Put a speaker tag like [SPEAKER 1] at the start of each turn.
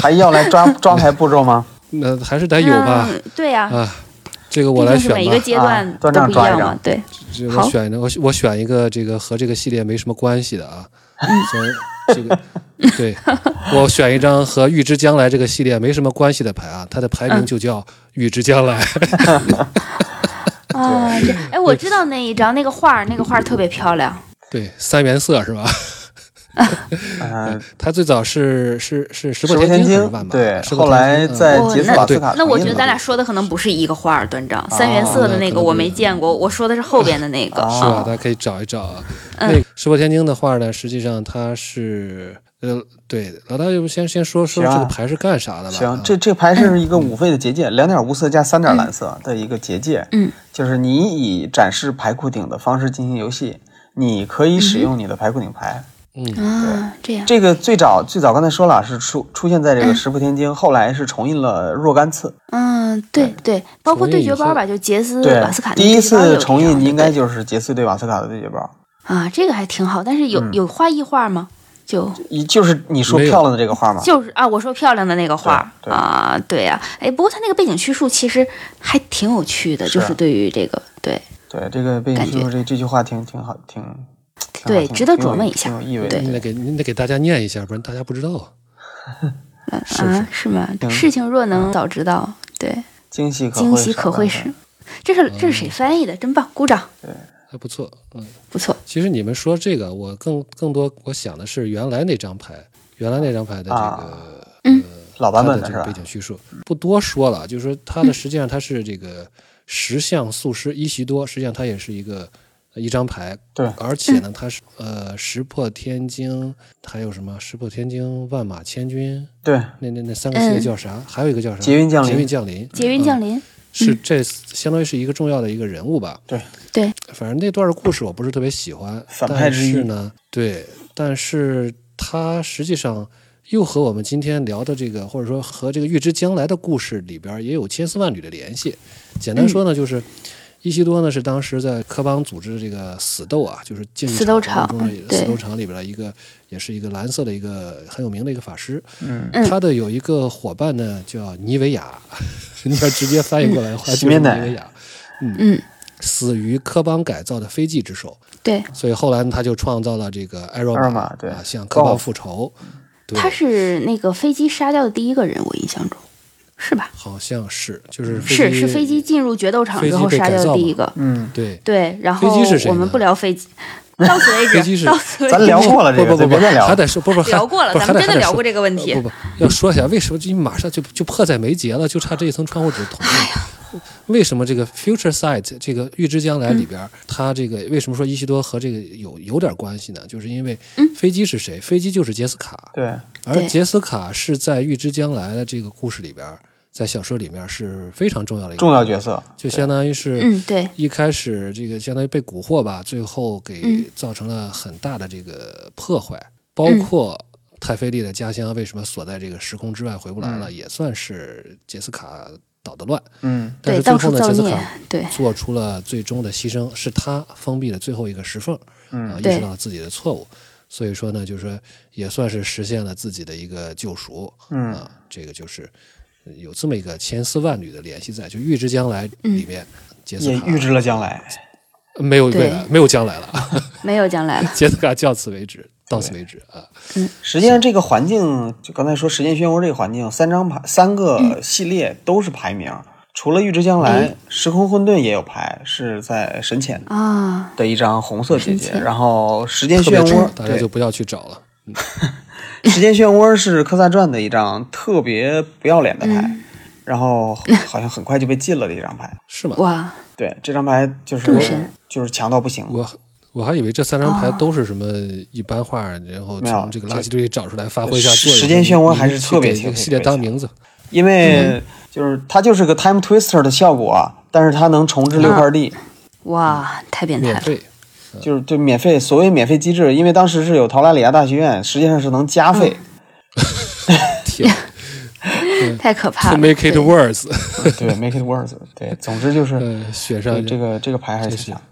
[SPEAKER 1] 还要来抓抓拍步骤 吗？
[SPEAKER 2] 那还是得有吧？
[SPEAKER 3] 嗯、对呀、
[SPEAKER 2] 啊，这个我来
[SPEAKER 3] 毕竟
[SPEAKER 2] 选
[SPEAKER 3] 是每一个
[SPEAKER 2] 吧。
[SPEAKER 3] 阶
[SPEAKER 1] 啊端
[SPEAKER 3] 段都
[SPEAKER 1] 正
[SPEAKER 3] 不一
[SPEAKER 1] 抓一
[SPEAKER 3] 样
[SPEAKER 1] 张
[SPEAKER 3] 嘛， 对，
[SPEAKER 2] 这我
[SPEAKER 3] 好
[SPEAKER 2] 选一个，我我选一个这个和这个系列没什么关系的啊。 所以这个对，我选一张和《预知将来》这个系列没什么关系的牌啊，它的牌
[SPEAKER 3] 嗯
[SPEAKER 2] 名就叫《预知将来》。
[SPEAKER 3] 啊，这哎，我知道那一张，那个画儿，那个画儿特别漂亮。
[SPEAKER 1] 啊
[SPEAKER 2] 对，三原色是吧？
[SPEAKER 1] 嗯，
[SPEAKER 2] 它最早是是是
[SPEAKER 1] 石
[SPEAKER 2] 石破
[SPEAKER 1] 破天
[SPEAKER 2] 惊还是
[SPEAKER 1] 惊
[SPEAKER 2] 万，吧？
[SPEAKER 1] 对，
[SPEAKER 2] 石破
[SPEAKER 1] 后
[SPEAKER 2] 天
[SPEAKER 1] 来
[SPEAKER 2] 惊嗯
[SPEAKER 1] 在
[SPEAKER 3] 哦
[SPEAKER 1] 杰斯
[SPEAKER 3] 那
[SPEAKER 1] 瓦斯卡
[SPEAKER 3] 那我
[SPEAKER 1] 同意
[SPEAKER 3] 觉得
[SPEAKER 1] 了
[SPEAKER 3] 咱俩说的可能不是一个画儿，端章三原
[SPEAKER 1] 哦
[SPEAKER 3] 色的
[SPEAKER 2] 那
[SPEAKER 3] 那
[SPEAKER 2] 可
[SPEAKER 3] 个
[SPEAKER 2] 能
[SPEAKER 3] 我
[SPEAKER 2] 不
[SPEAKER 3] 没见过，我说的是后边的那个。
[SPEAKER 1] 哦
[SPEAKER 2] 是吧
[SPEAKER 1] 啊？
[SPEAKER 2] 大家可以找一找啊。
[SPEAKER 3] 嗯
[SPEAKER 2] 那个石破天惊的画呢，实际上它是呃，对，老大，要不先先说说
[SPEAKER 1] 行啊
[SPEAKER 2] 这个牌是干啥的吧？
[SPEAKER 1] 行
[SPEAKER 2] 啊，
[SPEAKER 1] 这这牌是一个五费的结界，两点无色加三点蓝色的一个结界。
[SPEAKER 3] 嗯，
[SPEAKER 1] 就是你以展示牌库顶的方式进行游戏，你可以
[SPEAKER 3] 嗯
[SPEAKER 1] 使用你的牌库顶牌。
[SPEAKER 2] 嗯
[SPEAKER 3] 啊，这样。
[SPEAKER 1] 这个最早最早刚才说了是出出现在这个石破天惊，后来是重印了若干次。
[SPEAKER 3] 嗯，对对，包括
[SPEAKER 2] 重
[SPEAKER 3] 对
[SPEAKER 2] 印
[SPEAKER 3] 决
[SPEAKER 2] 也
[SPEAKER 3] 包
[SPEAKER 2] 是
[SPEAKER 3] 吧，就杰斯
[SPEAKER 1] 对
[SPEAKER 3] 瓦斯卡，那
[SPEAKER 1] 第一
[SPEAKER 3] 对决包有
[SPEAKER 1] 次
[SPEAKER 3] 这
[SPEAKER 1] 重
[SPEAKER 3] 样
[SPEAKER 1] 印
[SPEAKER 3] 的
[SPEAKER 1] 应该
[SPEAKER 3] 对
[SPEAKER 1] 就是杰斯对瓦斯卡的对决包，
[SPEAKER 3] 啊，这个还挺好。但是有
[SPEAKER 1] 嗯
[SPEAKER 3] 有画意画吗？就
[SPEAKER 1] 一就是你说
[SPEAKER 2] 没有
[SPEAKER 1] 漂亮的这个画嘛。
[SPEAKER 3] 就是啊，我说漂亮的那个画
[SPEAKER 1] 对对
[SPEAKER 3] 啊，对呀，哎，不过它那个背景叙述其实还挺有趣的，就是是对于这个对
[SPEAKER 1] 对，这个背景
[SPEAKER 3] 感
[SPEAKER 1] 叙述
[SPEAKER 3] 觉
[SPEAKER 1] 这这句话挺挺好，挺挺好
[SPEAKER 3] 对
[SPEAKER 1] 挺
[SPEAKER 3] 值得
[SPEAKER 1] 挺有
[SPEAKER 3] 琢磨一下
[SPEAKER 1] 挺有意味的。
[SPEAKER 3] 对
[SPEAKER 2] 你得给你得给大家念一下，不然大家不知道啊。
[SPEAKER 1] 是
[SPEAKER 3] 啊是吗？
[SPEAKER 1] 行
[SPEAKER 3] 事情若能早知道，对。
[SPEAKER 1] 惊
[SPEAKER 2] 嗯
[SPEAKER 1] 喜可
[SPEAKER 3] 惊喜可会
[SPEAKER 1] 会
[SPEAKER 3] 是，这是这是谁翻译的？真棒，鼓掌，
[SPEAKER 2] 还不错，嗯。
[SPEAKER 3] 不错。
[SPEAKER 2] 其实你们说这个，我更更多我想的是原来那张牌，原来那张牌的这个、
[SPEAKER 1] 啊
[SPEAKER 3] 嗯
[SPEAKER 1] 老
[SPEAKER 2] 它
[SPEAKER 1] 版本
[SPEAKER 2] 的
[SPEAKER 1] 的
[SPEAKER 2] 这
[SPEAKER 1] 是
[SPEAKER 2] 个
[SPEAKER 1] 吧
[SPEAKER 2] 背？景叙述，不多说了。就是说它的实际上它是这个十项素食伊席多，实际上它也是一个一张牌，
[SPEAKER 1] 对
[SPEAKER 2] 而且呢，它是呃石破天惊，还有什么石破天惊、万马千军，
[SPEAKER 1] 对，
[SPEAKER 2] 那那那三个系列
[SPEAKER 3] 嗯
[SPEAKER 2] 叫啥？还有一个叫啥？
[SPEAKER 1] 劫运降临
[SPEAKER 2] 劫运降临。
[SPEAKER 3] 劫云降临，
[SPEAKER 2] 是这相当于是一个重要的一个人物吧？
[SPEAKER 1] 对
[SPEAKER 3] 对，
[SPEAKER 2] 反正那段儿故事我不是特别喜欢，
[SPEAKER 1] 反派
[SPEAKER 2] 但
[SPEAKER 1] 之一
[SPEAKER 2] 是呢，对，但是它实际上又和我们今天聊的这个，或者说和这个预知将来的故事里边儿也有千丝万缕的联系。简单
[SPEAKER 1] 嗯
[SPEAKER 2] 说呢，就是。伊西多呢是当时在科邦组织这个死斗啊，就是竞技
[SPEAKER 3] 死斗场
[SPEAKER 2] 当中的
[SPEAKER 3] 对
[SPEAKER 2] 死斗场里边的一个，也是一个蓝色的一个很有名的一个法师。
[SPEAKER 1] 嗯，
[SPEAKER 3] 嗯
[SPEAKER 2] 他的有一个伙伴呢叫妮维雅， 你要直接翻译过来的话
[SPEAKER 1] 洗
[SPEAKER 2] 就是
[SPEAKER 1] 面
[SPEAKER 2] 妮
[SPEAKER 1] 奶
[SPEAKER 2] 维雅，
[SPEAKER 3] 嗯，
[SPEAKER 2] 死于科邦改造的飞机之手，
[SPEAKER 3] 对，
[SPEAKER 2] 所以后来呢他就创造了这个艾若
[SPEAKER 1] 艾若玛对
[SPEAKER 2] 啊，向科邦
[SPEAKER 1] Golf
[SPEAKER 2] 复仇，对，
[SPEAKER 3] 他是那个飞机杀掉的第一个人，我印象中是吧？
[SPEAKER 2] 好像是就是
[SPEAKER 3] 是
[SPEAKER 2] 机
[SPEAKER 3] 是飞机进入决斗场
[SPEAKER 2] 飞
[SPEAKER 3] 之
[SPEAKER 2] 机
[SPEAKER 3] 后
[SPEAKER 2] 被
[SPEAKER 3] 杀
[SPEAKER 2] 改
[SPEAKER 3] 掉
[SPEAKER 2] 造
[SPEAKER 3] 的第
[SPEAKER 2] 嘛
[SPEAKER 3] 一个，
[SPEAKER 1] 嗯，
[SPEAKER 2] 对。
[SPEAKER 3] 对。然
[SPEAKER 2] 飞
[SPEAKER 3] 后
[SPEAKER 2] 机是谁
[SPEAKER 3] 我们
[SPEAKER 2] 呢
[SPEAKER 3] 不聊飞机，到此为止，
[SPEAKER 2] 飞机是
[SPEAKER 3] 到此为止。
[SPEAKER 1] 咱聊过了这
[SPEAKER 2] 不
[SPEAKER 1] 个，
[SPEAKER 2] 不
[SPEAKER 1] 咱
[SPEAKER 2] 不不
[SPEAKER 1] 别再，聊
[SPEAKER 2] 还
[SPEAKER 1] 了。
[SPEAKER 2] 得说不不还
[SPEAKER 3] 聊过 了
[SPEAKER 2] 不是
[SPEAKER 3] 咱们
[SPEAKER 2] 还得
[SPEAKER 3] 真的
[SPEAKER 2] 还得
[SPEAKER 3] 聊
[SPEAKER 2] 说
[SPEAKER 3] 过这个问题
[SPEAKER 2] 呃不不，要说一下为什么这马上就就迫在眉睫了，就差这一层窗户纸捅进
[SPEAKER 3] 哎
[SPEAKER 2] 来。为什么这个 future sight 这个预知将来里边
[SPEAKER 3] 嗯
[SPEAKER 2] 儿，它这个为什么说伊西多和这个有有点关系呢？就是因为
[SPEAKER 3] 嗯
[SPEAKER 2] 飞机是谁？飞机就是杰斯卡，
[SPEAKER 1] 对，
[SPEAKER 2] 而
[SPEAKER 3] 对
[SPEAKER 2] 杰斯卡是在预知将来的这个故事里边儿，在小说里面是非常重要的一个
[SPEAKER 1] 重要角色，
[SPEAKER 2] 就相当于是，
[SPEAKER 3] 嗯对
[SPEAKER 2] 一开始这个相当于被蛊惑吧，最后给
[SPEAKER 3] 嗯
[SPEAKER 2] 造成了很大的这个破坏，包括泰菲利的家乡为什么锁在这个时空之外回不来
[SPEAKER 3] 嗯
[SPEAKER 2] 了，也算是杰斯卡捣的乱。
[SPEAKER 1] 嗯，
[SPEAKER 2] 但
[SPEAKER 3] 对，
[SPEAKER 2] 是
[SPEAKER 3] 到
[SPEAKER 2] 最
[SPEAKER 3] 处
[SPEAKER 2] 后呢，
[SPEAKER 3] 造
[SPEAKER 2] 杰斯
[SPEAKER 3] 孽
[SPEAKER 2] 卡，
[SPEAKER 3] 对
[SPEAKER 2] 做出了最终的牺牲，是他封闭了最后一个石缝，
[SPEAKER 1] 嗯
[SPEAKER 2] 啊、意
[SPEAKER 3] 对
[SPEAKER 2] 识到了自己的错误，所以说呢，就是说也算是实现了自己的一个救赎，
[SPEAKER 1] 嗯
[SPEAKER 2] 啊，这个就是呃有这么一个千丝万缕的联系在，就预知将来里面，杰斯
[SPEAKER 1] 嗯也
[SPEAKER 2] 卡
[SPEAKER 1] 预知了将来。
[SPEAKER 2] 呃没有
[SPEAKER 3] 对
[SPEAKER 2] 未来，没有将来了，
[SPEAKER 3] 没有将来了。
[SPEAKER 2] 杰斯卡到此为止，到此为止啊，
[SPEAKER 1] 实际上，这个环境就刚才说时间漩涡这个环境，三张牌三
[SPEAKER 3] 嗯
[SPEAKER 1] 个系列都是排名，除了预知将
[SPEAKER 3] 哎
[SPEAKER 1] 来，时空混沌也有牌，是在神前
[SPEAKER 3] 啊，
[SPEAKER 1] 的一张红色结界。
[SPEAKER 3] 神前
[SPEAKER 1] 然后时间漩
[SPEAKER 2] 特别
[SPEAKER 1] 涡
[SPEAKER 2] 重，大家
[SPEAKER 1] 对
[SPEAKER 2] 就，不要去找了。
[SPEAKER 1] 时间漩涡是科萨传的一张特别不要脸的牌，然后好像很快就被禁了的一张牌。
[SPEAKER 2] 是吗？
[SPEAKER 3] 哇，
[SPEAKER 1] 对，这张牌就是
[SPEAKER 3] 众神
[SPEAKER 1] 就是强到不行。
[SPEAKER 2] 我我还以为这三张
[SPEAKER 3] 哦
[SPEAKER 2] 牌都是什么一般画，然后
[SPEAKER 1] 没有
[SPEAKER 2] 从这个垃圾堆里找出来发挥一下
[SPEAKER 1] 时
[SPEAKER 2] 作用。
[SPEAKER 1] 时间漩涡还是
[SPEAKER 2] 你去
[SPEAKER 1] 特别
[SPEAKER 2] 给
[SPEAKER 1] 强
[SPEAKER 2] 这个系列当名字，
[SPEAKER 1] 因为就是它就是个 time twister 的效果啊，但是它能重置六块地，
[SPEAKER 3] 哇，太变态
[SPEAKER 2] 免
[SPEAKER 3] 了。
[SPEAKER 2] 费。
[SPEAKER 1] 就是就免费。所谓免费机制，因为当时是有陶拉里亚大学院，实际上是能加费。
[SPEAKER 2] 天
[SPEAKER 3] 太可怕
[SPEAKER 2] ，To
[SPEAKER 3] 了。
[SPEAKER 2] make it
[SPEAKER 3] 对
[SPEAKER 2] worse，
[SPEAKER 1] 对，make it worse。对，总之就是
[SPEAKER 2] 呃，雪
[SPEAKER 1] 这
[SPEAKER 2] 上
[SPEAKER 1] 这个这个牌还是挺强。